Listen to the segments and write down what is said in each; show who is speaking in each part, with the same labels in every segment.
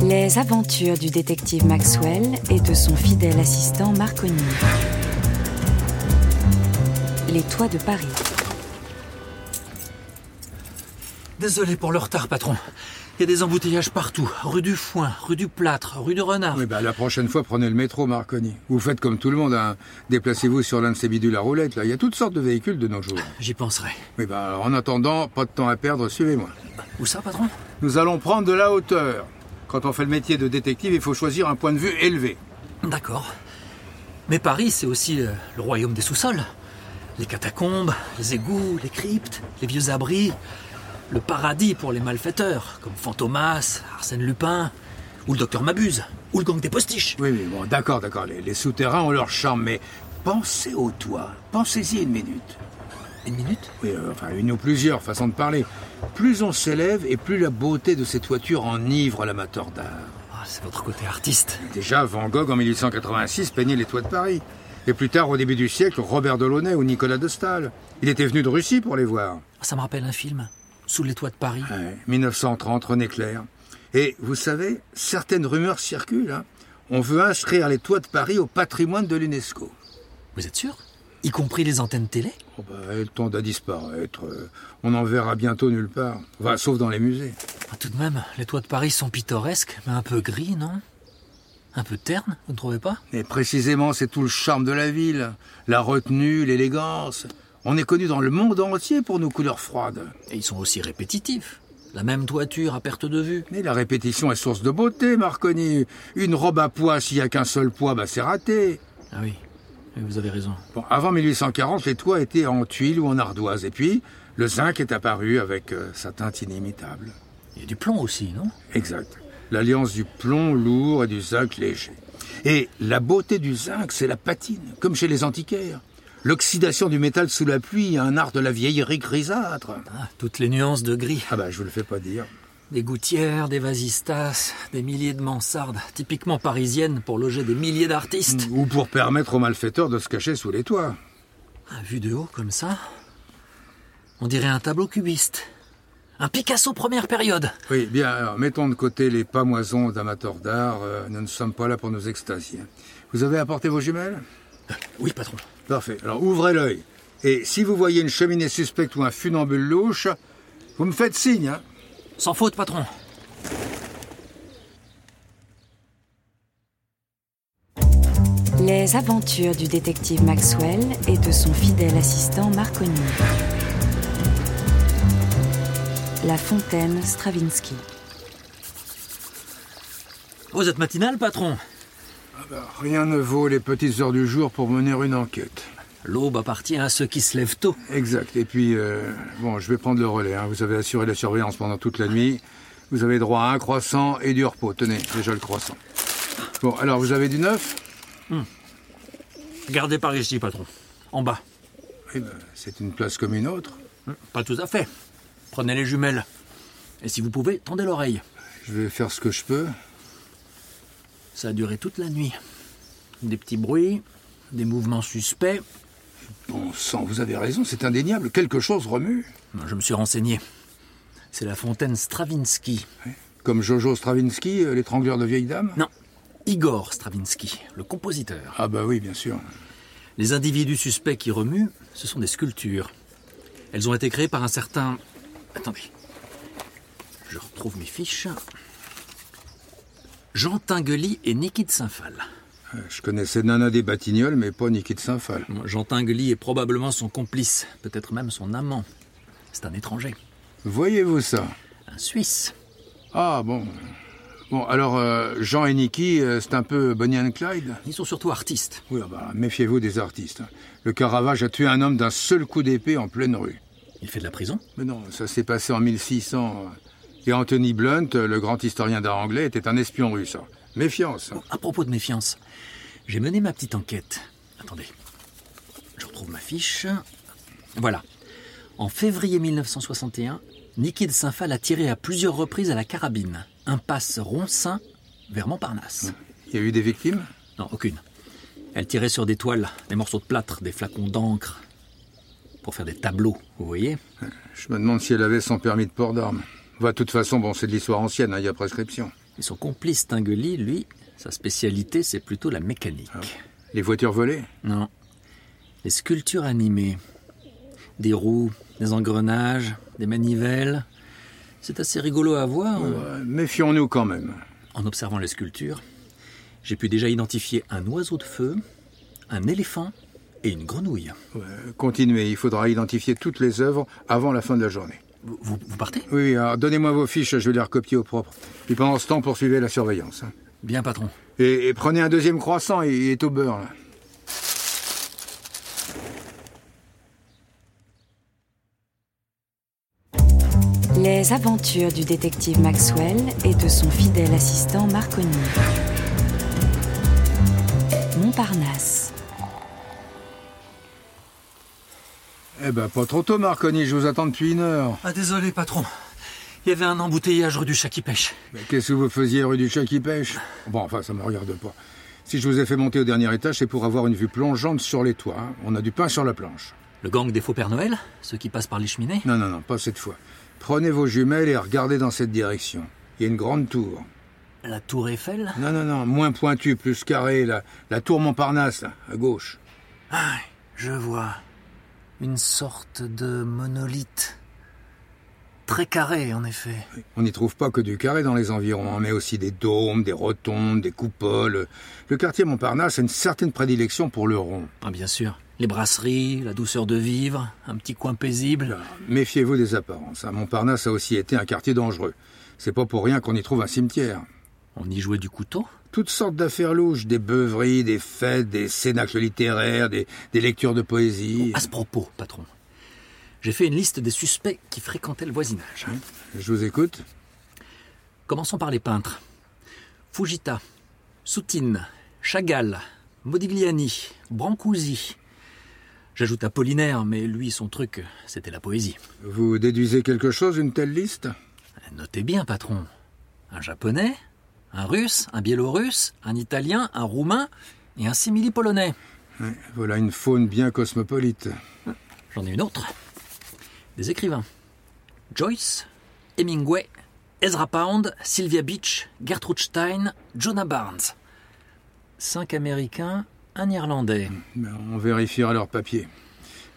Speaker 1: Les aventures du détective Maxwell et de son fidèle assistant Marconi. Les toits de Paris.
Speaker 2: Désolé pour le retard, patron. Il y a des embouteillages partout. Rue du Foin, rue du Plâtre, rue du Renard.
Speaker 3: Oui, bah, la prochaine fois, prenez le métro, Marconi. Vous faites comme tout le monde, hein. déplacez-vous sur l'un de ces bidules à roulettes. Là. Il y a toutes sortes de véhicules de nos jours.
Speaker 2: J'y penserai.
Speaker 3: Oui, bah, alors, en attendant, pas de temps à perdre, suivez-moi.
Speaker 2: Où ça, patron
Speaker 3: Nous allons prendre de la hauteur. Quand on fait le métier de détective, il faut choisir un point de vue élevé.
Speaker 2: D'accord. Mais Paris, c'est aussi euh, le royaume des sous-sols. Les catacombes, les égouts, les cryptes, les vieux abris. Le paradis pour les malfaiteurs, comme Fantomas, Arsène Lupin, ou le docteur Mabuse, ou le gang des postiches.
Speaker 3: Oui, oui, bon, d'accord, d'accord. Les, les souterrains ont leur charme, mais pensez au toit. Pensez-y une minute.
Speaker 2: Une minute
Speaker 3: Oui, euh, enfin, une ou plusieurs façons de parler. Plus on s'élève et plus la beauté de ces toitures enivre l'amateur d'art.
Speaker 2: Ah, C'est votre côté artiste.
Speaker 3: Déjà, Van Gogh, en 1886, peignait les toits de Paris. Et plus tard, au début du siècle, Robert Delaunay ou Nicolas de Staël. Il était venu de Russie pour les voir.
Speaker 2: Ah, Ça me rappelle un film, Sous les toits de Paris.
Speaker 3: Ouais, 1930, René Clair. Et vous savez, certaines rumeurs circulent. hein. On veut inscrire les toits de Paris au patrimoine de l'UNESCO.
Speaker 2: Vous êtes sûr Y compris les antennes télé
Speaker 3: Oh bah, elles tendent à disparaître. Euh, On en verra bientôt nulle part. Enfin, sauf dans les musées.
Speaker 2: Ah, Tout de même, les toits de Paris sont pittoresques, mais un peu gris, non Un peu terne, vous ne trouvez pas
Speaker 3: Mais précisément, c'est tout le charme de la ville. La retenue, l'élégance. On est connu dans le monde entier pour nos couleurs froides.
Speaker 2: Et ils sont aussi répétitifs. La même toiture à perte de vue.
Speaker 3: Mais la répétition est source de beauté, Marconi. Une robe à pois, s'il n'y a qu'un seul pois, bah c'est raté.
Speaker 2: Ah oui, oui, vous avez raison.
Speaker 3: Bon, avant 1840, les toits étaient en tuiles ou en ardoise. Et puis, le zinc est apparu avec euh, sa teinte inimitable.
Speaker 2: Il y a du plomb aussi, non
Speaker 3: Exact. L'alliance du plomb lourd et du zinc léger. Et la beauté du zinc, c'est la patine, comme chez les antiquaires. L'oxydation du métal sous la pluie est un art de la vieillerie grisâtre.
Speaker 2: Ah, Toutes les nuances de gris.
Speaker 3: Ah bah, je vous le fais pas dire.
Speaker 2: Des gouttières, des vasistas, des milliers de mansardes, typiquement parisiennes pour loger des milliers d'artistes.
Speaker 3: Ou pour permettre aux malfaiteurs de se cacher sous les toits.
Speaker 2: Ah, vu de haut comme ça, on dirait un tableau cubiste. Un Picasso première période.
Speaker 3: Oui, bien, alors, mettons de côté les pamoisons d'amateurs d'art. euh, nous ne sommes pas là pour nous extasier. Vous avez apporté vos jumelles
Speaker 2: Oui, patron.
Speaker 3: Parfait. Alors, ouvrez l'œil. Et si vous voyez une cheminée suspecte ou un funambule louche, vous me faites signe, hein
Speaker 2: Sans faute, patron.
Speaker 1: Les aventures du détective Maxwell et de son fidèle assistant Marconi. La fontaine Stravinsky.
Speaker 2: Vous êtes matinal, patron
Speaker 3: Rien ne vaut les petites heures du jour pour mener une enquête.
Speaker 2: L'aube appartient à ceux qui se lèvent tôt.
Speaker 3: Exact. Et puis, euh, bon, je vais prendre le relais. hein. Vous avez assuré la surveillance pendant toute la nuit. Vous avez droit à un croissant et du repos. Tenez, déjà le croissant. Bon, alors, vous avez du neuf
Speaker 2: Gardez par ici, patron. En bas. Hum,
Speaker 3: Eh ben, C'est une place comme une autre.
Speaker 2: Pas tout à fait. Prenez les jumelles. Et si vous pouvez, tendez l'oreille.
Speaker 3: Je vais faire ce que je peux.
Speaker 2: Ça a duré toute la nuit. Des petits bruits, des mouvements suspects.
Speaker 3: Bon sang, vous avez raison, c'est indéniable. Quelque chose remue.
Speaker 2: Je me suis renseigné. C'est la fontaine Stravinsky.
Speaker 3: hein. Comme Jojo Stravinsky, euh, l'étrangleur de vieille dame
Speaker 2: Non, Igor Stravinsky, le compositeur.
Speaker 3: Ah bah oui, bien sûr.
Speaker 2: Les individus suspects qui remuent, ce sont des sculptures. Elles ont été créées par un certain... Attendez. Je retrouve mes fiches. Jean Tinguely et Nikit Saint-Phal.
Speaker 3: Euh, Je connaissais Nana des Batignolles, mais pas Niki de Saint-Phal.
Speaker 2: Jean Tinguely est probablement son complice, peut-être même son amant. C'est un étranger,
Speaker 3: Voyez-vous ça
Speaker 2: un Suisse.
Speaker 3: Ah bon. Bon, alors, euh, Jean et Niki, euh, c'est un peu Bonnie and Clyde
Speaker 2: Ils sont surtout artistes.
Speaker 3: Oui, ah bah, méfiez-vous des artistes. hein. Le Caravage a tué un homme d'un seul coup d'épée en pleine rue.
Speaker 2: Il fait de la prison
Speaker 3: Mais non, ça s'est passé en 1600. euh. Et Anthony Blunt, euh, le grand historien d'art anglais, était un espion russe. hein. Méfiance.
Speaker 2: À propos de méfiance, j'ai mené ma petite enquête. Attendez, je retrouve ma fiche. Voilà. En février 1961, Niki de Saint-Phal a tiré à plusieurs reprises à la carabine. Impasse Roncin vers Montparnasse.
Speaker 3: Il y a eu des victimes
Speaker 2: Non, aucune. Elle tirait sur des toiles, des morceaux de plâtre, des flacons d'encre. Pour faire des tableaux, vous voyez
Speaker 3: Je me demande si elle avait son permis de port d'armes. Bah, de toute façon, bon, c'est de l'histoire ancienne, hein, il y a prescription.
Speaker 4: Et son complice Tinguely, lui, sa spécialité, c'est plutôt la mécanique.
Speaker 3: Les voitures volées
Speaker 4: Non. Les sculptures animées. Des roues, des engrenages, des manivelles. C'est assez rigolo à voir.
Speaker 3: Ouais, Méfions-nous quand même.
Speaker 4: En observant les sculptures, j'ai pu déjà identifier un oiseau de feu, un éléphant et une grenouille.
Speaker 3: Euh, Continuez, il faudra identifier toutes les œuvres avant la fin de la journée.
Speaker 2: Vous, vous- vous partez
Speaker 3: Oui, oui, alors donnez-moi vos fiches, je vais les recopier au propre. Et pendant ce temps, poursuivez la surveillance. hein.
Speaker 2: Bien, patron.
Speaker 3: Et, et prenez un deuxième croissant, il est au beurre. là.
Speaker 1: Les aventures du détective Maxwell et de son fidèle assistant Marconi. Montparnasse.
Speaker 3: Eh ben, pas trop tôt, Marconi, je vous attends depuis une heure.
Speaker 2: Ah, désolé, patron. Il y avait un embouteillage rue du chat qui pêche.
Speaker 3: Mais qu'est-ce que vous faisiez rue du chat qui pêche Bon, enfin, ça me regarde pas. Si je vous ai fait monter au dernier étage, c'est pour avoir une vue plongeante sur les toits. hein. On a du pain sur la planche.
Speaker 2: Le gang des faux Père Noël, ceux qui passent par les cheminées.
Speaker 3: Non, non, non, pas cette fois. Prenez vos jumelles et regardez dans cette direction. Il y a une grande tour.
Speaker 2: La tour Eiffel.
Speaker 3: Non, non, non, moins pointue, plus carrée, la, la tour Montparnasse, là, à gauche.
Speaker 2: Ah, je vois. Une sorte de monolithe. Très carré, en effet.
Speaker 3: On n'y trouve pas que du carré dans les environs, hein, mais aussi des dômes, des rotondes, des coupoles. Le quartier Montparnasse a une certaine prédilection pour le rond.
Speaker 2: Ah, bien sûr. Les brasseries, la douceur de vivre, un petit coin paisible.
Speaker 3: Méfiez-vous des apparences. hein. Montparnasse a aussi été un quartier dangereux. C'est pas pour rien qu'on y trouve un cimetière.
Speaker 2: On y jouait du couteau.
Speaker 3: Toutes sortes d'affaires louches, des beuveries, des fêtes, des cénacles littéraires, des, des lectures de poésie.
Speaker 2: À ce propos, patron, j'ai fait une liste des suspects qui fréquentaient le voisinage.
Speaker 3: Hein? Je vous écoute.
Speaker 2: Commençons par les peintres. Fujita, Soutine, Chagall, Modigliani, Brancusi. J'ajoute Apollinaire, mais lui, son truc, c'était la poésie.
Speaker 3: Vous déduisez quelque chose d'une telle liste
Speaker 2: Notez bien, patron. Un japonais, un russe, un biélorusse, un italien, un roumain et un simili-polonais.
Speaker 3: Ouais, Voilà une faune bien cosmopolite.
Speaker 2: J'en ai une autre. Des écrivains. Joyce, Hemingway, Ezra Pound, Sylvia Beach, Gertrude Stein, Jonah Barnes. Cinq Américains, un Irlandais.
Speaker 3: Ben, On vérifiera leurs papiers.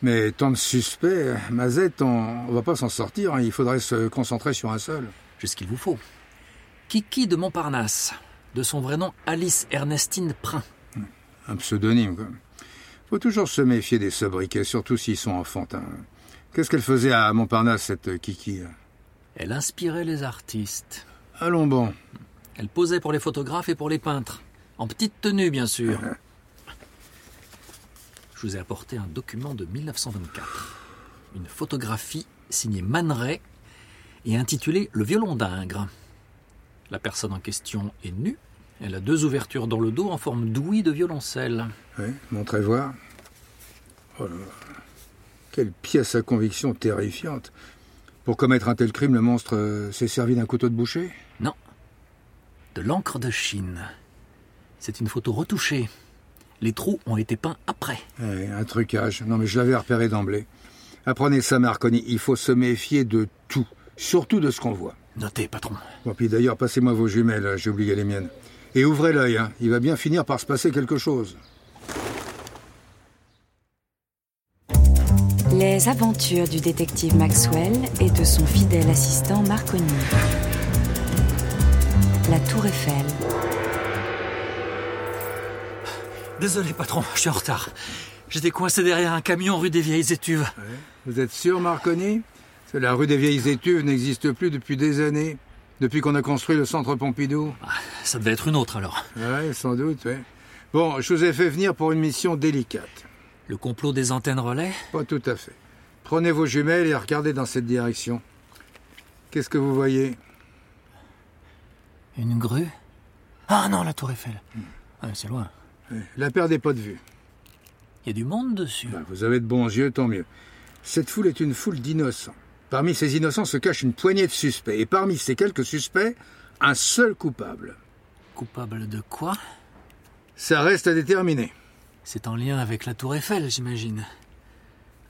Speaker 3: Mais tant de suspects, Mazette, on, on va pas s'en sortir. hein. Il faudrait se concentrer sur un seul.
Speaker 2: C'est ce qu'il vous faut. Kiki de Montparnasse, de son vrai nom Alice Ernestine Prin.
Speaker 3: Un pseudonyme, quoi. Faut toujours se méfier des sobriquets, surtout s'ils sont enfantins. Qu'est-ce qu'elle faisait à Montparnasse, cette euh, Kiki là
Speaker 2: Elle inspirait les artistes.
Speaker 3: Allons bon.
Speaker 2: Elle posait pour les photographes et pour les peintres. En petite tenue, bien sûr. Je vous ai apporté un document de 1924. Une photographie signée Man Ray et intitulée Le violon d'Ingres. La personne en question est nue. Elle a deux ouvertures dans le dos en forme d'ouïe de violoncelle.
Speaker 3: Ouais, montrez voir. Oh là là. Quelle pièce à conviction terrifiante. Pour commettre un tel crime, le monstre euh, s'est servi d'un couteau de boucher
Speaker 2: Non. De l'encre de Chine. C'est une photo retouchée. Les trous ont été peints après.
Speaker 3: Ouais, un trucage. Non, mais je l'avais repéré d'emblée. Apprenez ça, Marconi. Il faut se méfier de tout, surtout de ce qu'on voit.
Speaker 2: Notez, patron.
Speaker 3: Bon, puis d'ailleurs, passez-moi vos jumelles, euh, j'ai oublié les miennes. Et ouvrez l'œil, hein. il va bien finir par se passer quelque chose.
Speaker 1: Les aventures du détective Maxwell et de son fidèle assistant Marconi. La Tour Eiffel.
Speaker 2: Désolé, patron, je suis en retard. J'étais coincé derrière un camion rue des Vieilles Étuves.
Speaker 3: Vous êtes sûr, Marconi C'est La rue des Vieilles Étuves n'existe plus depuis des années, depuis qu'on a construit le centre Pompidou.
Speaker 2: Ah, Ça devait être une autre alors.
Speaker 3: Ouais, sans doute, ouais. Bon, je vous ai fait venir pour une mission délicate.
Speaker 2: Le complot des antennes relais
Speaker 3: Pas tout à fait. Prenez vos jumelles et regardez dans cette direction. Qu'est-ce que vous voyez
Speaker 2: Une grue Ah non, la tour Eiffel. Ah, c'est loin.
Speaker 3: La perdez pas de vue.
Speaker 2: Il y a du monde dessus.
Speaker 3: Ben, vous avez de bons yeux, tant mieux. Cette foule est une foule d'innocents. Parmi ces innocents se cache une poignée de suspects, et parmi ces quelques suspects, un seul coupable.
Speaker 2: Coupable de quoi
Speaker 3: Ça reste à déterminer.
Speaker 2: C'est en lien avec la tour Eiffel, j'imagine.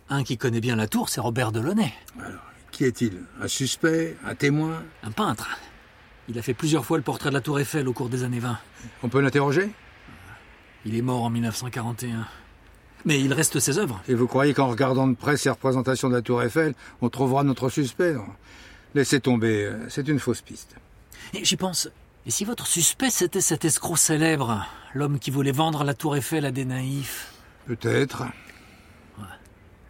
Speaker 2: Un qui connaît bien la tour, c'est Robert Delaunay,
Speaker 3: Qui est-il Un suspect Un témoin
Speaker 2: un peintre. Il a fait plusieurs fois le portrait de la Tour Eiffel au cours des années 20.
Speaker 3: On peut l'interroger
Speaker 2: Il est mort en 1941. Mais il reste ses œuvres.
Speaker 3: Et vous croyez qu'en regardant de près ces représentations de la Tour Eiffel, on trouvera notre suspect Non. Laissez tomber, euh, c'est une fausse piste.
Speaker 2: Et j'y pense. Et si votre suspect c'était cet escroc célèbre, l'homme qui voulait vendre la Tour Eiffel à des naïfs
Speaker 3: Peut-être.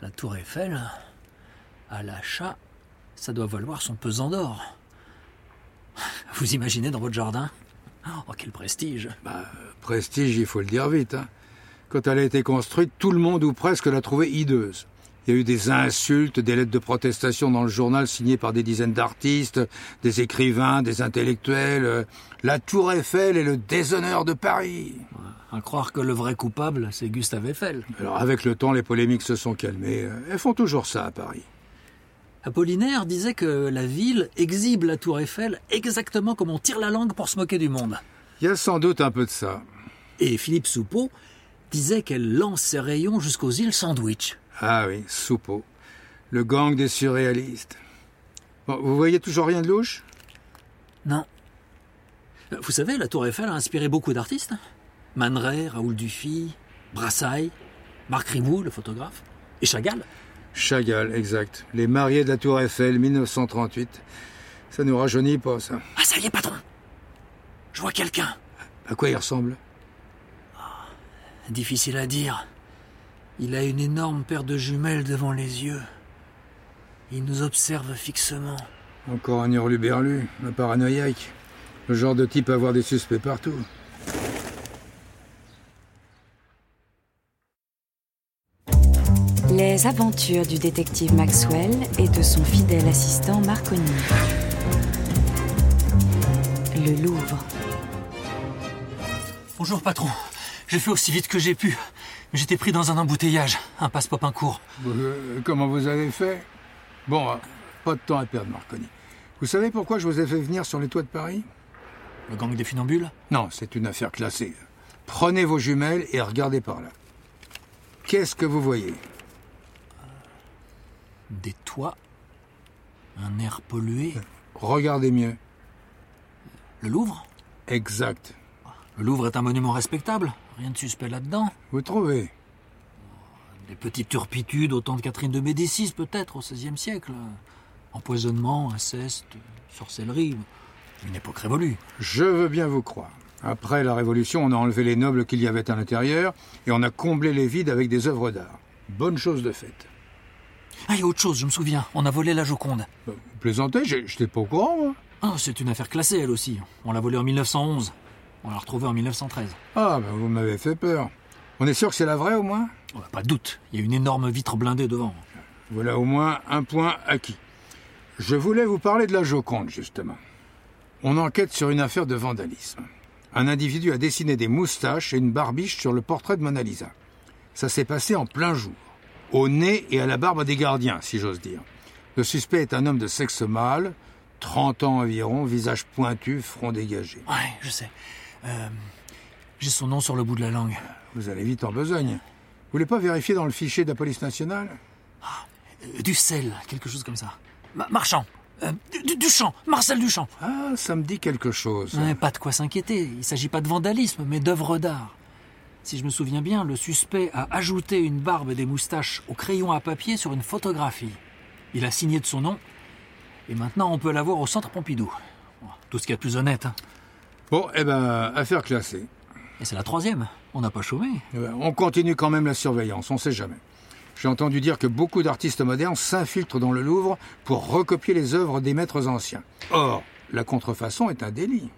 Speaker 2: La Tour Eiffel, à l'achat, ça doit valoir son pesant d'or. Vous imaginez dans votre jardin Oh, quel prestige
Speaker 3: Bah, Prestige, il faut le dire vite. hein. Quand elle a été construite, tout le monde ou presque l'a trouvée hideuse. Il y a eu des insultes, des lettres de protestation dans le journal signées par des dizaines d'artistes, des écrivains, des intellectuels. euh, La tour Eiffel est le déshonneur de Paris.
Speaker 2: À croire que le vrai coupable, c'est Gustave Eiffel.
Speaker 3: Alors avec le temps, les polémiques se sont calmées. Euh, Elles font toujours ça à Paris.
Speaker 2: Apollinaire disait que la ville exhibe la Tour Eiffel exactement comme on tire la langue pour se moquer du monde.
Speaker 3: Il y a sans doute un peu de ça.
Speaker 2: Et Philippe Soupeau disait qu'elle lance ses rayons jusqu'aux îles Sandwich.
Speaker 3: Ah oui, Soupeau, le gang des surréalistes. Bon, vous voyez toujours rien de louche
Speaker 2: Non. Euh, Vous savez, la Tour Eiffel a inspiré beaucoup d'artistes. Man Ray, Raoul Dufy, Brassailles, Marc Ribou, le photographe, et Chagall.
Speaker 3: Chagall, exact. Les mariés de la Tour Eiffel, 1938. Ça nous rajeunit pas, ça.
Speaker 2: Ah, ça y est, patron Je vois quelqu'un.
Speaker 3: À quoi il ressemble
Speaker 2: Difficile à dire. Il a une énorme paire de jumelles devant les yeux. Il nous observe fixement.
Speaker 3: Encore un hurluberlu, un paranoïaque. Le genre de type à avoir des suspects partout.
Speaker 1: Les aventures du détective Maxwell et de son fidèle assistant Marconi. Le Louvre.
Speaker 2: Bonjour, patron. J'ai fait aussi vite que j'ai pu. Mais j'étais pris dans un embouteillage, un passe-pop, un cours.
Speaker 3: Euh, comment vous avez fait Bon, euh, pas de temps à perdre, Marconi. Vous savez pourquoi je vous ai fait venir sur les toits de Paris
Speaker 2: Le gang des funambules
Speaker 3: Non, c'est une affaire classée. Prenez vos jumelles et regardez par là. Qu'est-ce que vous voyez
Speaker 2: Des toits Un air pollué
Speaker 3: Regardez mieux.
Speaker 2: Le Louvre
Speaker 3: Exact.
Speaker 2: Le Louvre est un monument respectable. Rien de suspect là-dedans.
Speaker 3: Vous trouvez
Speaker 2: Des petites turpitudes, autant de Catherine de Médicis peut-être au XVIe siècle. Empoisonnement, inceste, sorcellerie. Une époque révolue.
Speaker 3: Je veux bien vous croire. Après la Révolution, on a enlevé les nobles qu'il y avait à l'intérieur et on a comblé les vides avec des œuvres d'art. Bonne chose de faite.
Speaker 2: Ah, il y a autre chose, je me souviens. On a volé la Joconde.
Speaker 3: Euh, Vous plaisantez J'ai- J'étais pas au courant, moi.
Speaker 2: Ah, c'est une affaire classée, elle aussi. On l'a volée en 1911. On l'a retrouvée en 1913.
Speaker 3: Ah, ben vous m'avez fait peur. On est sûr que c'est la vraie, au moins
Speaker 2: On n'a Oh, pas de doute. Il y a une énorme vitre blindée devant.
Speaker 3: Voilà au moins un point acquis. Je voulais vous parler de la Joconde, justement. On enquête sur une affaire de vandalisme. Un individu a dessiné des moustaches et une barbiche sur le portrait de Mona Lisa. Ça s'est passé en plein jour, au nez et à la barbe des gardiens, si j'ose dire. Le suspect est un homme de sexe mâle, 30 ans environ, visage pointu, front dégagé.
Speaker 2: Ouais, je sais. Euh, J'ai son nom sur le bout de la langue.
Speaker 3: Vous allez vite en besogne. Vous voulez pas vérifier dans le fichier de la police nationale
Speaker 2: Euh, du sel, quelque chose comme ça. Ma- marchand. Euh, du, Duchamp. Marcel Duchamp.
Speaker 3: Ah, ça me dit quelque chose.
Speaker 2: Ouais, pas de quoi s'inquiéter. Il s'agit pas de vandalisme, mais d'œuvres d'art. Si je me souviens bien, le suspect a ajouté une barbe et des moustaches au crayon à papier sur une photographie. Il a signé de son nom, et maintenant on peut la voir au centre Pompidou. Bon, Tout ce qu'il y a de plus honnête. hein.
Speaker 3: Bon, eh ben, affaire classée.
Speaker 2: Et c'est la troisième. On n'a pas chômé.
Speaker 3: Eh ben, On continue quand même la surveillance, on ne sait jamais. J'ai entendu dire que beaucoup d'artistes modernes s'infiltrent dans le Louvre pour recopier les œuvres des maîtres anciens. Or, la contrefaçon est un délit.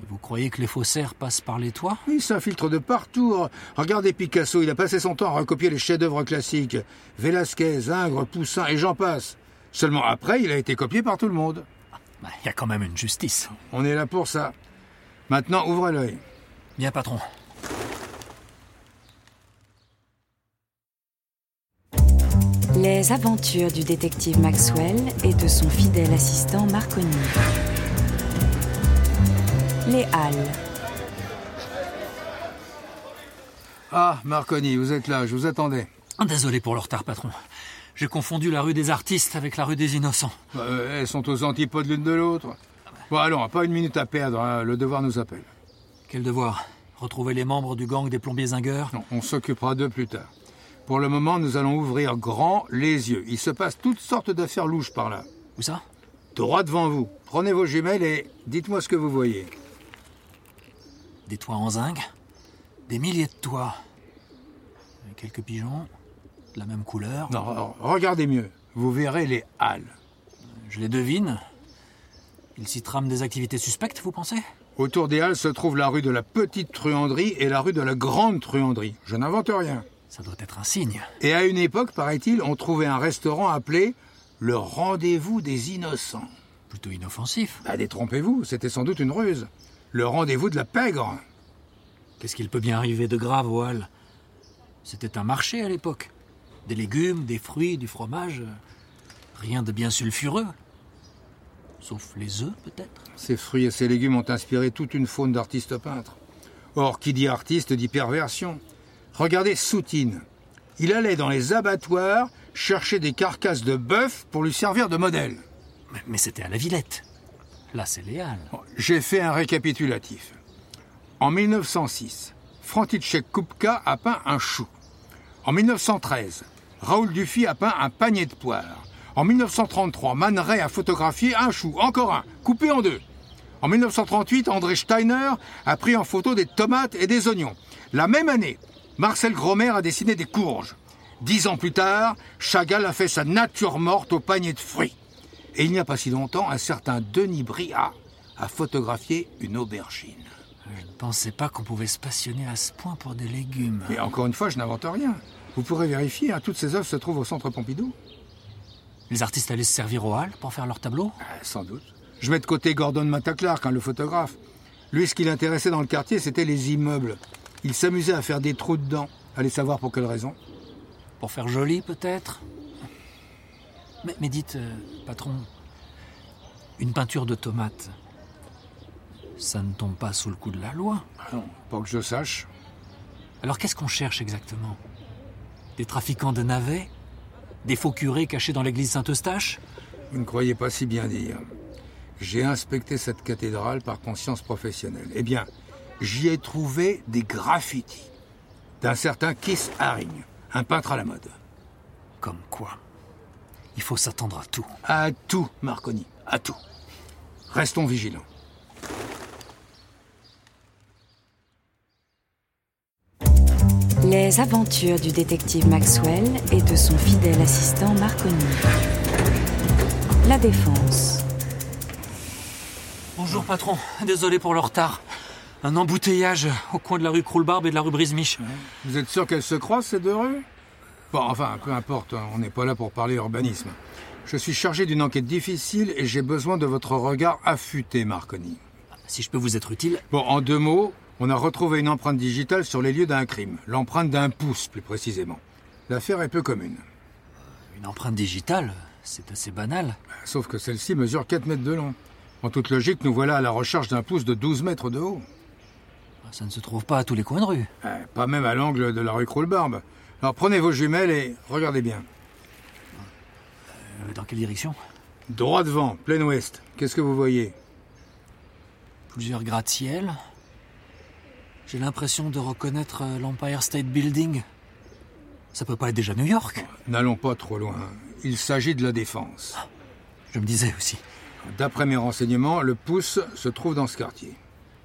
Speaker 2: Et vous croyez que les faussaires passent par les toits
Speaker 3: Ils s'infiltrent de partout. Regardez Picasso, il a passé son temps à recopier les chefs-d'œuvre classiques. Velázquez, Ingres, Poussin et j'en passe. Seulement après, il a été copié par tout le monde.
Speaker 2: Bah, Il y a quand même une justice.
Speaker 3: On est là pour ça. Maintenant, ouvrez l'œil.
Speaker 2: Bien, patron.
Speaker 1: Les aventures du détective Maxwell et de son fidèle assistant Marconi. Les Halles.
Speaker 3: Ah, Marconi, vous êtes là, je vous attendais.
Speaker 2: Désolé pour le retard, patron. J'ai confondu la rue des artistes avec la rue des innocents.
Speaker 3: Bah, Euh, elles sont aux antipodes l'une de l'autre. Bon, allons, pas une minute à perdre, hein, le devoir nous appelle.
Speaker 2: Quel devoir Retrouver les membres du gang des plombiers zingueurs
Speaker 3: Non, on s'occupera d'eux plus tard. Pour le moment, nous allons ouvrir grand les yeux. Il se passe toutes sortes d'affaires louches par là.
Speaker 2: Où ça
Speaker 3: Droit devant vous. Prenez vos jumelles et dites-moi ce que vous voyez.
Speaker 2: Des toits en zinc Des milliers de toits Et Quelques pigeons De la même couleur
Speaker 3: Non, re- regardez mieux. Vous verrez les halles.
Speaker 2: Je les devine. Ils s'y trament des activités suspectes, vous pensez
Speaker 3: Autour des halles se trouve la rue de la Petite Truanderie et la rue de la Grande Truanderie. Je n'invente rien.
Speaker 2: Ça doit être un signe.
Speaker 3: Et à une époque, paraît-il, on trouvait un restaurant appelé le Rendez-vous des Innocents.
Speaker 2: Plutôt inoffensif.
Speaker 3: Bah, détrompez-vous, c'était sans doute une ruse. Le Rendez-vous de la Pègre.
Speaker 2: Qu'est-ce qu'il peut bien arriver de grave au Hall C'était un marché à l'époque. Des légumes, des fruits, du fromage. euh, Rien de bien sulfureux. Sauf les œufs, peut-être
Speaker 3: Ces fruits et ces légumes ont inspiré toute une faune d'artistes peintres. Or, qui dit artiste dit perversion. Regardez Soutine. Il allait dans les abattoirs chercher des carcasses de bœuf pour lui servir de modèle.
Speaker 2: Mais, mais c'était à la Villette. Là, c'est les Halles.
Speaker 3: Bon, J'ai fait un récapitulatif. En 1906, František Kupka a peint un chou. En 1913, Raoul Dufy a peint un panier de poire. En 1933, Man Ray a photographié un chou, encore un, coupé en deux. En 1938, André Steiner a pris en photo des tomates et des oignons. La même année, Marcel Gromer a dessiné des courges. Dix ans plus tard, Chagall a fait sa nature morte au panier de fruits. Et il n'y a pas si longtemps, un certain Denis Briat a photographié une aubergine.
Speaker 2: Je ne pensais pas qu'on pouvait se passionner à ce point pour des légumes.
Speaker 3: Mais encore une fois, je n'invente rien. Vous pourrez vérifier, hein, toutes ces œuvres se trouvent au centre Pompidou.
Speaker 2: Les artistes allaient se servir aux Halles pour faire leurs tableaux
Speaker 3: Ah, sans doute. Je mets de côté Gordon Matta-Clark, hein, le photographe. Lui, ce qui l'intéressait dans le quartier, c'était les immeubles. Il s'amusait à faire des trous dedans. Allez savoir pour quelle raison.
Speaker 2: Pour faire joli, peut-être mais, mais dites, euh, patron, une peinture de tomate, ça ne tombe pas sous le coup de la loi.
Speaker 3: Ah non, pas que je sache.
Speaker 2: Alors qu'est-ce qu'on cherche exactement Des trafiquants de navets Des faux curés cachés dans l'église Saint-Eustache
Speaker 3: Vous ne croyez pas si bien dire. J'ai inspecté cette cathédrale par conscience professionnelle. Eh bien, j'y ai trouvé des graffitis d'un certain Kiss Haring, un peintre à la mode.
Speaker 2: Comme quoi Il faut s'attendre à tout.
Speaker 3: À tout, Marconi, à tout. Restons vigilants.
Speaker 1: Les aventures du détective Maxwell et de son fidèle assistant Marconi. La Défense.
Speaker 2: Bonjour patron, désolé pour le retard. Un embouteillage au coin de la rue Croulbarbe et de la rue Brisemiche.
Speaker 3: Vous êtes sûr qu'elles se croisent, ces deux rues Bon, enfin, peu importe, hein, on n'est pas là pour parler urbanisme. Je suis chargé d'une enquête difficile et j'ai besoin de votre regard affûté, Marconi.
Speaker 2: Si je peux vous être utile,
Speaker 3: Bon, en deux mots, on a retrouvé une empreinte digitale sur les lieux d'un crime, l'empreinte d'un pouce plus précisément. L'affaire est peu commune,
Speaker 2: une empreinte digitale, c'est assez banal.
Speaker 3: sauf que celle-ci mesure 4 mètres de long. En toute logique, nous voilà à la recherche d'un pouce de 12 mètres de haut.
Speaker 2: Ça ne se trouve pas à tous les coins de rue.
Speaker 3: Euh, Pas même à l'angle de la rue Croulbarbe. Alors prenez vos jumelles et regardez bien.
Speaker 2: Euh, Dans quelle direction
Speaker 3: Droit devant, plein ouest. Qu'est-ce que vous voyez
Speaker 2: Plusieurs gratte-ciel. J'ai l'impression de reconnaître euh, l'Empire State Building. Ça peut pas être déjà New York
Speaker 3: N'allons pas trop loin. Il s'agit de la défense.
Speaker 2: Je me disais aussi.
Speaker 3: D'après mes renseignements, le pouce se trouve dans ce quartier.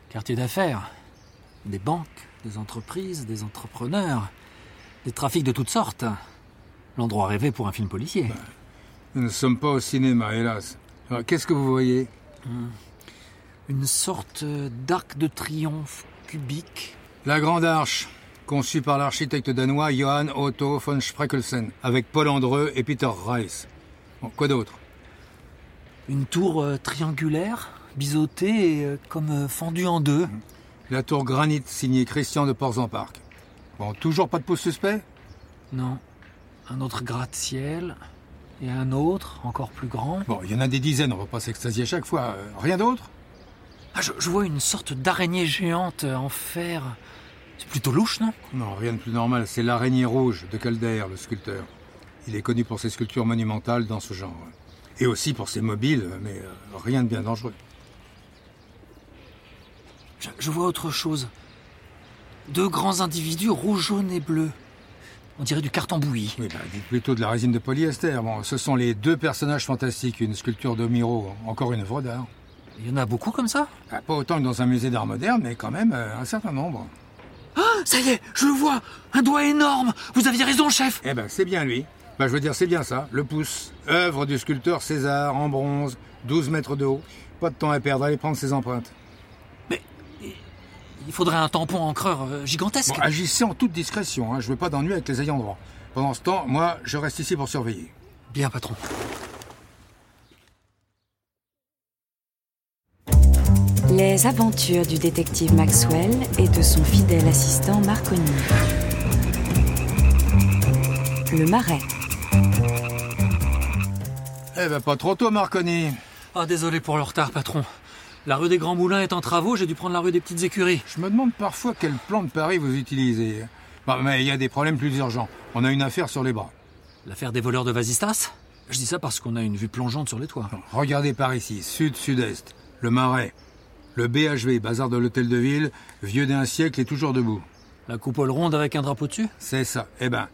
Speaker 2: Quartier d'affaires. Des banques, des entreprises, des entrepreneurs. Des trafics de toutes sortes. L'endroit rêvé pour un film policier.
Speaker 3: Nous ne sommes pas au cinéma, hélas. Alors, qu'est-ce que vous voyez
Speaker 2: Une sorte euh, d'arc de triomphe cubique.
Speaker 3: La Grande Arche, conçue par l'architecte danois Johan Otto von Spreckelsen, avec Paul Andreu et Peter Reiss. Bon, quoi d'autre
Speaker 2: Une tour euh, triangulaire, biseautée et euh, comme euh, fendue en deux.
Speaker 3: La tour granite signée Christian de Porzenparc. Bon, toujours pas de pouce suspect
Speaker 2: Non. Un autre gratte-ciel. Et un autre, encore plus grand.
Speaker 3: Bon, il y en a des dizaines, on va pas s'extasier chaque fois. Euh, rien d'autre
Speaker 2: Ah, je, je vois une sorte d'araignée géante en fer. C'est plutôt louche, non
Speaker 3: Non, rien de plus normal, c'est l'araignée rouge de Calder, le sculpteur. Il est connu pour ses sculptures monumentales dans ce genre. Et aussi pour ses mobiles, mais euh, rien de bien dangereux.
Speaker 2: Je, je vois autre chose. Deux grands individus rouge, jaune et bleu. On dirait du carton bouilli.
Speaker 3: Oui, bah, dites plutôt de la résine de polyester. Bon, ce sont les deux personnages fantastiques, une sculpture de Miro, encore une œuvre d'art.
Speaker 2: Il y en a beaucoup comme ça
Speaker 3: Ah, Pas autant que dans un musée d'art moderne, mais quand même euh, un certain nombre.
Speaker 2: Ah, ça y est, je le vois Un doigt énorme Vous aviez raison, chef
Speaker 3: Eh ben, c'est bien lui. Bah, je veux dire, c'est bien ça, le pouce. Œuvre du sculpteur César, en bronze, 12 mètres de haut. Pas de temps à perdre, allez prendre ses empreintes.
Speaker 2: Mais i- il faudrait un tampon encreur euh, gigantesque.
Speaker 3: Bon, agissez en toute discrétion, hein, je veux pas d'ennui avec les ayants droit. Pendant ce temps, moi, je reste ici pour surveiller.
Speaker 2: Bien, patron.
Speaker 1: Les aventures du détective Maxwell et de son fidèle assistant Marconi. Le Marais.
Speaker 3: Eh ben, pas trop tôt, Marconi.
Speaker 2: Ah, désolé pour le retard, patron. La rue des Grands Moulins est en travaux, j'ai dû prendre la rue des Petites Écuries.
Speaker 3: Je me demande parfois quel plan de Paris vous utilisez. Bon, mais il y a des problèmes plus urgents. On a une affaire sur les bras.
Speaker 2: L'affaire des voleurs de Vasistas Je dis ça parce qu'on a une vue plongeante sur les toits.
Speaker 3: Regardez par ici, sud-sud-est, le Marais, le BHV, bazar de l'hôtel de ville, vieux d'un siècle et toujours debout.
Speaker 2: La coupole ronde avec un drapeau dessus
Speaker 3: C'est ça. Eh ben,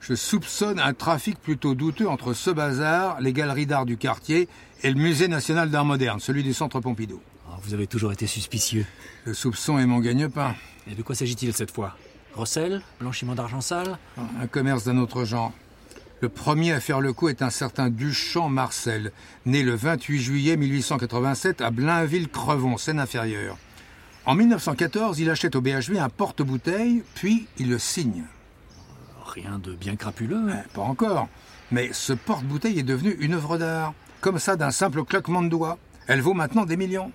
Speaker 3: je soupçonne un trafic plutôt douteux entre ce bazar, les galeries d'art du quartier et le musée national d'art moderne, celui du centre Pompidou.
Speaker 2: Ah, Vous avez toujours été suspicieux.
Speaker 3: Le soupçon est mon gagne-pain.
Speaker 2: Et de quoi s'agit-il cette fois Recel Blanchiment d'argent sale
Speaker 3: Un commerce d'un autre genre. Le premier à faire le coup est un certain Duchamp Marcel, né le 28 juillet 1887 à Blainville-Crevon, Seine-Inférieure. En 1914, il achète au BHV un porte-bouteille, puis il le signe.
Speaker 2: Rien de bien crapuleux. hein.
Speaker 3: Pas encore. Mais ce porte-bouteille est devenu une œuvre d'art. Comme ça, d'un simple claquement de doigts. Elle vaut maintenant des millions.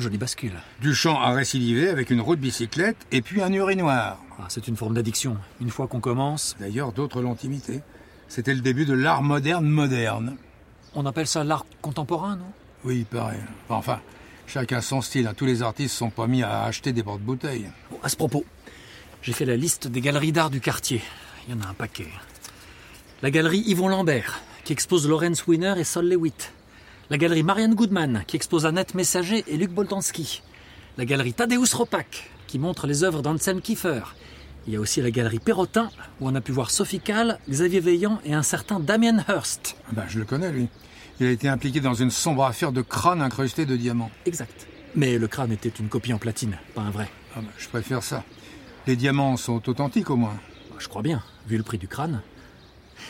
Speaker 2: Jolie bascule.
Speaker 3: Duchamp a récidivé avec une roue de bicyclette et puis un urinoir.
Speaker 2: Ah, C'est une forme d'addiction. Une fois qu'on commence,
Speaker 3: D'ailleurs, d'autres l'ont imité. C'était le début de l'art moderne moderne.
Speaker 2: on appelle ça l'art contemporain, non
Speaker 3: Oui, il paraît. Enfin, chacun son style. hein. Tous les artistes sont pas mis à acheter des porte-bouteilles.
Speaker 2: Bon, à ce propos, j'ai fait la liste des galeries d'art du quartier. Il y en a un paquet. La galerie Yvon Lambert, qui expose Lawrence Wiener et Sol Lewitt. La galerie Marianne Goodman, qui expose Annette Messager et Luc Boltanski. La galerie Tadeusz Ropak, qui montre les œuvres d'Anselm Kiefer. Il y a aussi la galerie Perrotin, où on a pu voir Sophie Kahl, Xavier Veillant et un certain Damien Hirst.
Speaker 3: Ah Ben, je le connais, lui. Il a été impliqué dans une sombre affaire de crâne incrusté de diamants.
Speaker 2: Exact. Mais le crâne était une copie en platine, pas un vrai.
Speaker 3: Ah ben, je préfère ça. Les diamants sont authentiques, au moins.
Speaker 2: Bah, Je crois bien, vu le prix du crâne.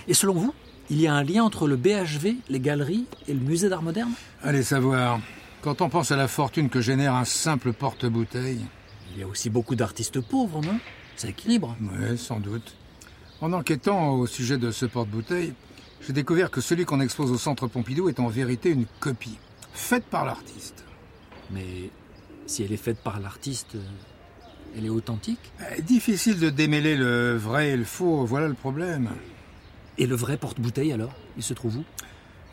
Speaker 2: Et selon vous, il y a un lien entre le BHV, les galeries et le musée d'art moderne
Speaker 3: Allez savoir. Quand on pense à la fortune que génère un simple porte-bouteille.
Speaker 2: Il y a aussi beaucoup d'artistes pauvres, non Ça équilibre.
Speaker 3: Oui, sans doute. En enquêtant au sujet de ce porte-bouteille, j'ai découvert que celui qu'on expose au centre Pompidou est en vérité une copie, faite par l'artiste.
Speaker 2: Mais si elle est faite par l'artiste, euh, elle est authentique
Speaker 3: Euh, Difficile de démêler le vrai et le faux, voilà le problème.
Speaker 2: Et le vrai porte-bouteille alors Il se trouve où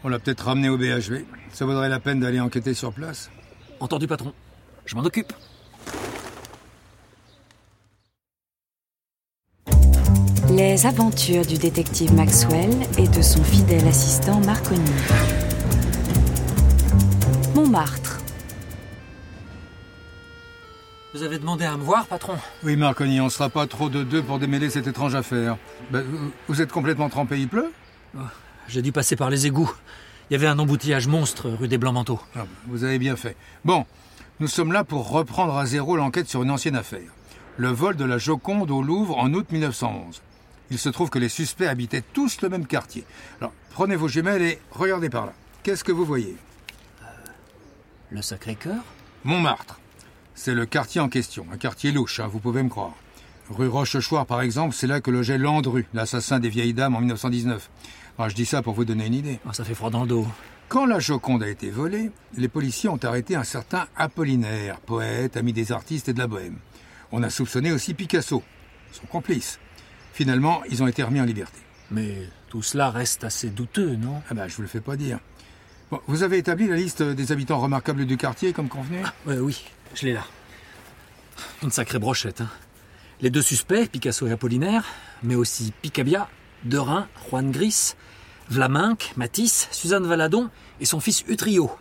Speaker 3: On l'a peut-être ramené au BHV. Ça vaudrait la peine d'aller enquêter sur place.
Speaker 2: Entendu, patron. Je m'en occupe.
Speaker 1: Les aventures du détective Maxwell et de son fidèle assistant Marconi. Montmartre.
Speaker 2: Vous avez demandé à me voir, patron
Speaker 3: Oui, Marconi, on sera pas trop de deux pour démêler cette étrange affaire. Ben, vous- vous êtes complètement trempé, il pleut
Speaker 2: J'ai dû passer par les égouts. Il y avait un embouteillage monstre rue des Blancs-Manteaux.
Speaker 3: Ah, bah, vous avez bien fait. Bon, nous sommes là pour reprendre à zéro l'enquête sur une ancienne affaire. Le vol de la Joconde au Louvre en août 1911. Il se trouve que les suspects habitaient tous le même quartier. Alors, prenez vos jumelles et regardez par là. Qu'est-ce que vous voyez
Speaker 2: Le Sacré-Cœur
Speaker 3: Montmartre. C'est le quartier en question, un quartier louche, hein, vous pouvez me croire. Rue Rochechouart, par exemple, c'est là que logeait Landru, l'assassin des vieilles dames en 1919. Alors, Ah, je dis ça pour vous donner une idée.
Speaker 2: Ah, Ça fait froid dans le dos.
Speaker 3: Quand la Joconde a été volée, les policiers ont arrêté un certain Apollinaire, poète, ami des artistes et de la bohème. On a soupçonné aussi Picasso, son complice. Finalement, ils ont été remis en liberté.
Speaker 2: Mais tout cela reste assez douteux, non
Speaker 3: Ah ben, je vous le fais pas dire. Bon, vous avez établi la liste des habitants remarquables du quartier, comme convenu
Speaker 2: Ouais, oui, je l'ai là. Une sacrée brochette. hein. Les deux suspects, Picasso et Apollinaire, mais aussi Picabia, Derain, Juan Gris, Vlaminck, Matisse, Suzanne Valadon et son fils Utrio.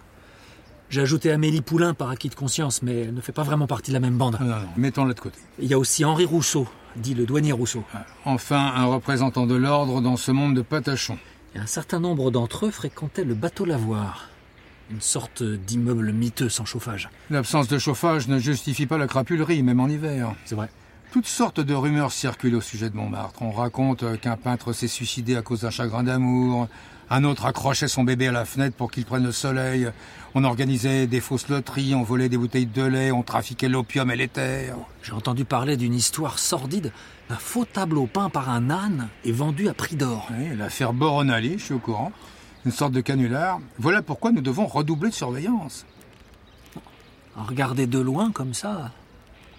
Speaker 2: J'ai ajouté Amélie Poulain par acquis de conscience, mais elle ne fait pas vraiment partie de la même bande.
Speaker 3: Ah, Non, non, non, mettons-la de côté.
Speaker 2: Il y a aussi Henri Rousseau, dit le douanier Rousseau.
Speaker 3: Enfin, un représentant de l'ordre dans ce monde de patachons.
Speaker 2: Et un certain nombre d'entre eux fréquentaient le bateau lavoir, une sorte d'immeuble miteux sans chauffage.
Speaker 3: L'absence de chauffage ne justifie pas la crapulerie, même en hiver.
Speaker 2: C'est vrai.
Speaker 3: Toutes sortes de rumeurs circulent au sujet de Montmartre. On raconte euh, qu'un peintre s'est suicidé à cause d'un chagrin d'amour. Un autre accrochait son bébé à la fenêtre pour qu'il prenne le soleil. On organisait des fausses loteries, on volait des bouteilles de lait, on trafiquait l'opium et l'éther.
Speaker 2: J'ai entendu parler d'une histoire sordide d'un faux tableau peint par un âne et vendu à prix d'or.
Speaker 3: Oui, l'affaire Boronali, je suis au courant. Une sorte de canular. Voilà pourquoi nous devons redoubler de surveillance.
Speaker 2: À regarder de loin comme ça,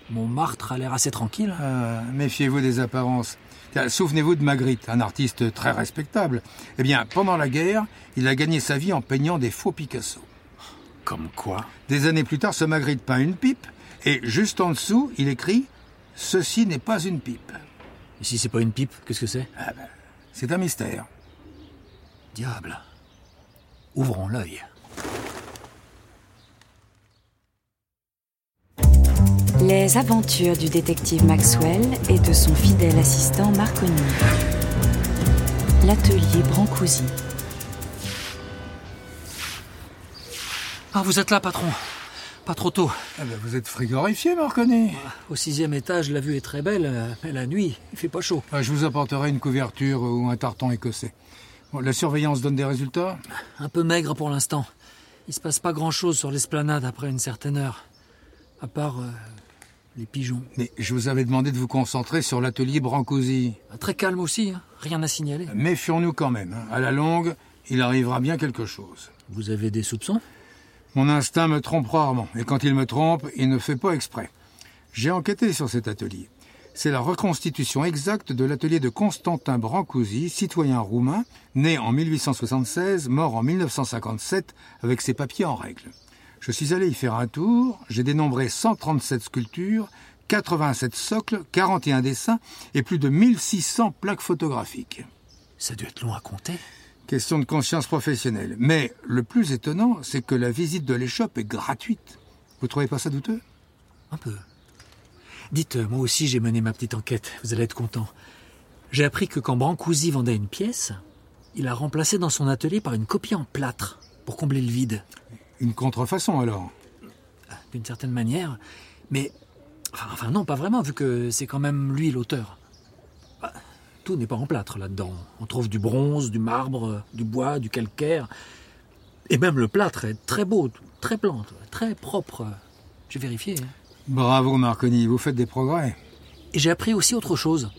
Speaker 2: Montmartre a l'air assez tranquille.
Speaker 3: Ah, méfiez-vous des apparences. Tiens, Souvenez-vous de Magritte, un artiste très respectable. Eh bien, pendant la guerre, il a gagné sa vie en peignant des faux Picasso.
Speaker 4: Comme quoi
Speaker 3: Des années plus tard, ce Magritte peint une pipe, et juste en dessous, il écrit « Ceci n'est pas une pipe
Speaker 2: Et si c'est pas une pipe, qu'est-ce que c'est ».
Speaker 3: C'est un mystère.
Speaker 2: Diable. Ouvrons l'œil.
Speaker 1: Les aventures du détective Maxwell et de son fidèle assistant Marconi. L'atelier Brancusi.
Speaker 2: Ah, vous êtes là, patron. Pas trop tôt.
Speaker 3: Ah ben, vous êtes frigorifié, Marconi.
Speaker 2: Au sixième étage, la vue est très belle, euh, mais la nuit, il fait pas chaud.
Speaker 3: Ah, Je vous apporterai une couverture ou un tartan écossais. Bon, la surveillance donne des résultats
Speaker 2: Un peu maigre pour l'instant. Il se passe pas grand-chose sur l'esplanade après une certaine heure. À part euh, les pigeons.
Speaker 3: Mais je vous avais demandé de vous concentrer sur l'atelier Brancusi.
Speaker 2: Très calme aussi, hein. rien à signaler.
Speaker 3: Méfions-nous quand même. hein. À la longue, il arrivera bien quelque chose.
Speaker 2: Vous avez des soupçons
Speaker 3: Mon instinct me trompe rarement, et quand il me trompe, il ne fait pas exprès. J'ai enquêté sur cet atelier. C'est la reconstitution exacte de l'atelier de Constantin Brancusi, citoyen roumain, né en 1876, mort en 1957, avec ses papiers en règle. Je suis allé y faire un tour, j'ai dénombré 137 sculptures, 87 socles, 41 dessins et plus de 1600 plaques photographiques.
Speaker 2: Ça a dû être long à compter.
Speaker 3: Question de conscience professionnelle. Mais le plus étonnant, c'est que la visite de l'échoppe est gratuite. Vous trouvez pas ça douteux
Speaker 2: Un peu. Dites, euh, moi aussi j'ai mené ma petite enquête, vous allez être content. J'ai appris que quand Brancusi vendait une pièce, il la remplaçait dans son atelier par une copie en plâtre, pour combler le vide,
Speaker 3: Une contrefaçon alors
Speaker 2: d'une certaine manière. Mais, enfin, enfin, non, pas vraiment, vu que c'est quand même lui l'auteur. Bah, tout n'est pas en plâtre là-dedans. On trouve du bronze, du marbre, euh, du bois, du calcaire. Et même le plâtre est très beau, très blanc, très propre. J'ai vérifié. hein.
Speaker 3: Bravo Marconi, vous faites des progrès.
Speaker 2: Et j'ai appris aussi autre chose.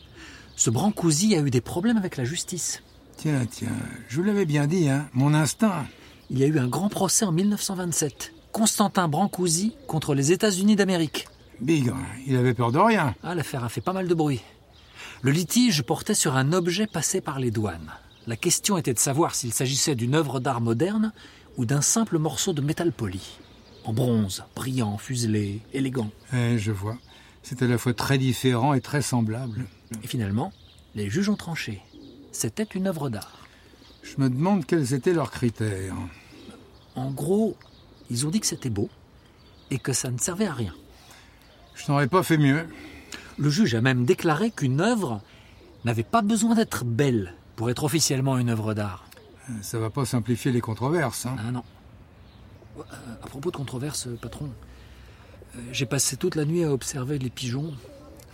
Speaker 2: Ce Brancusi a eu des problèmes avec la justice.
Speaker 3: Tiens, tiens, je vous l'avais bien dit, hein, mon instinct.
Speaker 2: Il y a eu un grand procès en 1927. Constantin Brancusi contre les États-Unis d'Amérique.
Speaker 3: Bigre, il avait peur de rien.
Speaker 2: Ah, l'affaire a fait pas mal de bruit. Le litige portait sur un objet passé par les douanes. La question était de savoir s'il s'agissait d'une œuvre d'art moderne ou d'un simple morceau de métal poli. En bronze, brillant, fuselé, élégant.
Speaker 3: Eh, je vois. C'est à la fois très différent et très semblable.
Speaker 2: Et finalement, les juges ont tranché. C'était une œuvre d'art.
Speaker 3: Je me demande quels étaient leurs critères.
Speaker 2: En gros, ils ont dit que c'était beau et que ça ne servait à rien.
Speaker 3: Je n'aurais pas fait mieux.
Speaker 2: Le juge a même déclaré qu'une œuvre n'avait pas besoin d'être belle pour être officiellement une œuvre d'art.
Speaker 3: Ça va pas simplifier les controverses. Hein.
Speaker 2: Ah non. Euh, À propos de controverse, patron, euh, j'ai passé toute la nuit à observer les pigeons.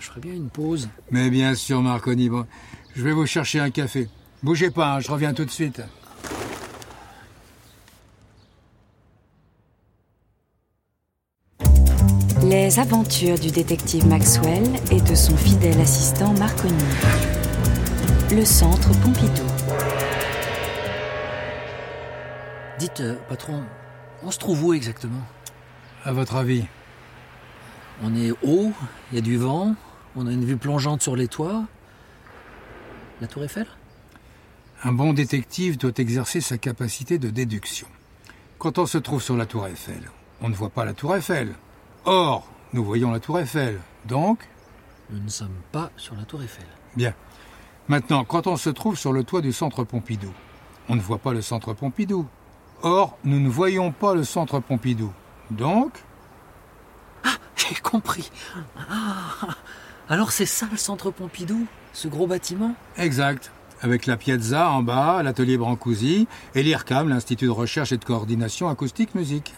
Speaker 2: Je ferais bien une pause.
Speaker 3: Mais bien sûr, Marconi, bon, je vais vous chercher un café. Bougez pas, hein, je reviens tout de suite.
Speaker 1: Les aventures du détective Maxwell et de son fidèle assistant Marconi. Le centre Pompidou.
Speaker 2: Dites, euh, patron, on se trouve où exactement
Speaker 3: À votre avis
Speaker 2: On est haut, il y a du vent, on a une vue plongeante sur les toits. La tour Eiffel
Speaker 3: Un bon détective doit exercer sa capacité de déduction. Quand on se trouve sur la tour Eiffel, on ne voit pas la tour Eiffel. Or, nous voyons la tour Eiffel. Donc,
Speaker 2: Nous ne sommes pas sur la tour Eiffel.
Speaker 3: bien. Maintenant, quand on se trouve sur le toit du centre Pompidou, on ne voit pas le centre Pompidou. Or, nous ne voyons pas le centre Pompidou. Donc,
Speaker 2: J'ai compris. Ah, alors c'est ça le centre Pompidou Ce gros bâtiment
Speaker 3: exact. Avec la Piazza en bas, l'atelier Brancusi et l'IRCAM, l'Institut de recherche et de coordination acoustique musique.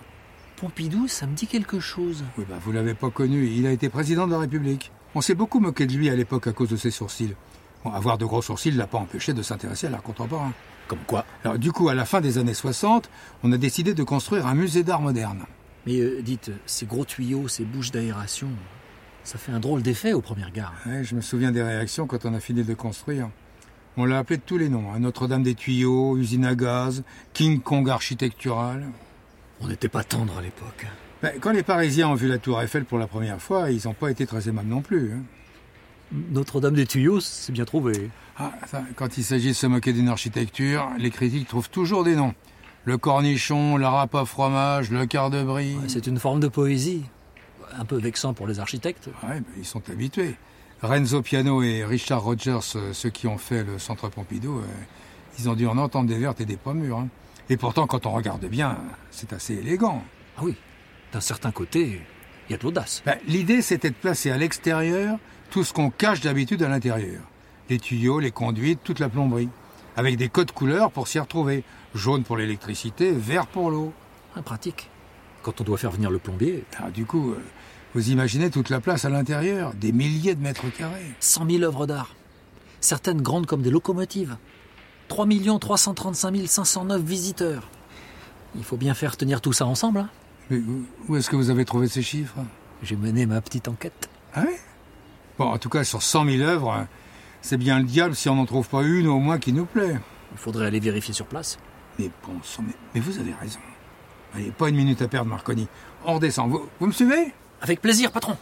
Speaker 2: Pompidou, ça me dit quelque chose.
Speaker 3: Oui, ben, vous l'avez pas connu, il a été président de la République. On s'est beaucoup moqué de lui à l'époque à cause de ses sourcils. Bon, avoir de gros sourcils l'a pas empêché de s'intéresser à l'art contemporain.
Speaker 2: Comme quoi
Speaker 3: Alors, du coup, à la fin des années 60, on a décidé de construire un musée d'art moderne.
Speaker 2: Mais euh, dites, ces gros tuyaux, ces bouches d'aération, ça fait un drôle d'effet au premier regard.
Speaker 3: Ouais, je me souviens des réactions quand on a fini de construire. On l'a appelé de tous les noms, hein, Notre-Dame des tuyaux, usine à gaz, King Kong architectural.
Speaker 2: On n'était pas tendre à l'époque.
Speaker 3: Ben, quand les Parisiens ont vu la tour Eiffel pour la première fois, ils n'ont pas été très aimables non plus. hein.
Speaker 2: Notre-Dame des tuyaux, c'est bien trouvé.
Speaker 3: Ah, ça, quand il s'agit de se moquer d'une architecture, les critiques trouvent toujours des noms. Le cornichon, la râpe à fromage, le quart de brie.
Speaker 2: C'est une forme de poésie. Un peu vexant pour les architectes.
Speaker 3: Ouais, ben, ils sont habitués. Renzo Piano et Richard Rogers, euh, ceux qui ont fait le centre Pompidou, euh, ils ont dû en entendre des vertes et des pas mûres. hein. Et pourtant, quand on regarde bien, c'est assez élégant.
Speaker 2: Ah oui, d'un certain côté, il y a de l'audace.
Speaker 3: Ben, L'idée, c'était de placer à l'extérieur tout ce qu'on cache d'habitude à l'intérieur. Les tuyaux, les conduites, toute la plomberie. Avec des codes couleurs pour s'y retrouver. Jaune pour l'électricité, vert pour l'eau.
Speaker 2: Ah, pratique. Quand on doit faire venir le plombier,
Speaker 3: Alors, du coup, euh, vous imaginez toute la place à l'intérieur, des milliers de mètres carrés.
Speaker 2: 100 000 œuvres d'art. Certaines grandes comme des locomotives. 3 335 509 visiteurs. Il faut bien faire tenir tout ça ensemble. hein.
Speaker 3: Mais où- où est-ce que vous avez trouvé ces chiffres
Speaker 2: J'ai mené ma petite enquête.
Speaker 3: Ah oui Bon, en tout cas, sur 100 000 œuvres, euh, c'est bien le diable si on n'en trouve pas une au moins qui nous plaît.
Speaker 2: Il faudrait aller vérifier sur place.
Speaker 3: Mais bon sang, mais, mais vous avez raison. Allez, pas une minute à perdre, Marconi. On redescend. Vous, vous me suivez
Speaker 2: Avec plaisir, patron.